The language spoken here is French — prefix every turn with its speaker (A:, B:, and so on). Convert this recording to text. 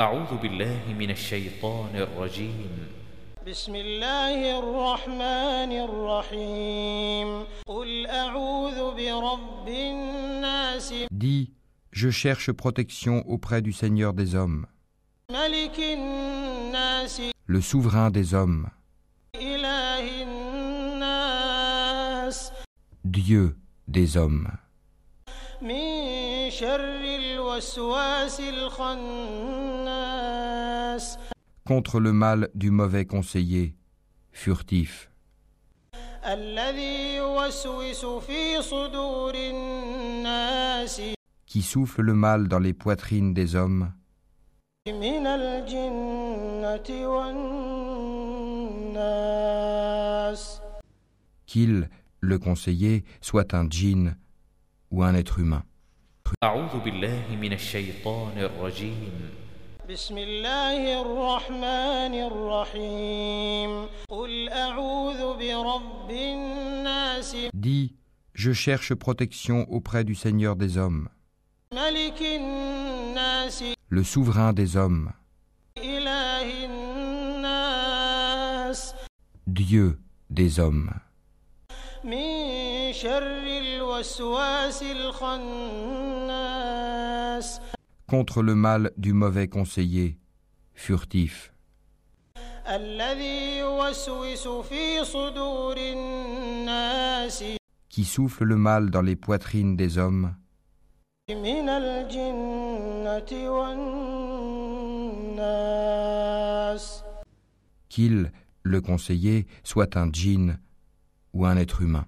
A: أعوذ بالله من الشيطان الرجيم
B: بسم الله الرحمن الرحيم قل أعوذ برب الناس
C: Dis, je cherche protection auprès du Seigneur des hommes,
B: ملك الناس
C: le souverain des hommes,
B: إله الناس
C: Dieu des hommes,
B: من شر الوسواس الخناس
C: contre le mal du mauvais conseiller, furtif,
B: الذي يوسوس في صدور الناس
C: qui souffle le mal dans les poitrines des hommes,
B: من الجنة والناس
C: qu'il, le conseiller, soit un djinn ou un être humain.
A: أعوذ بالله من الشيطان الرجيم
B: بسم الله الرحمن الرحيم قل أعوذ برب الناس
C: Dis, je cherche protection auprès du Seigneur des hommes,
B: ملك الناس
C: le souverain des hommes,
B: إله الناس
C: Dieu des hommes,
B: من شر الوسواس الخناس
C: contre le mal du mauvais conseiller, furtif.
B: الذي يوسوس في صدور الناس
C: qui souffle le mal dans les poitrines des hommes,
B: من الجنة والناس
C: qu'il, le conseiller, soit un djinn ou un être humain.